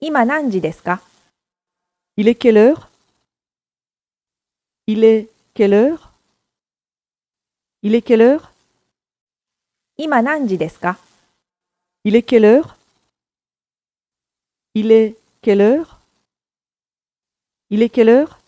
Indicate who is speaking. Speaker 1: 今何時ですか
Speaker 2: Il est quelle heure Il est quelle heure Il est quelle heure
Speaker 1: 今何時ですか
Speaker 2: Il est quelle heure Il est quelle heure Il est quelle heure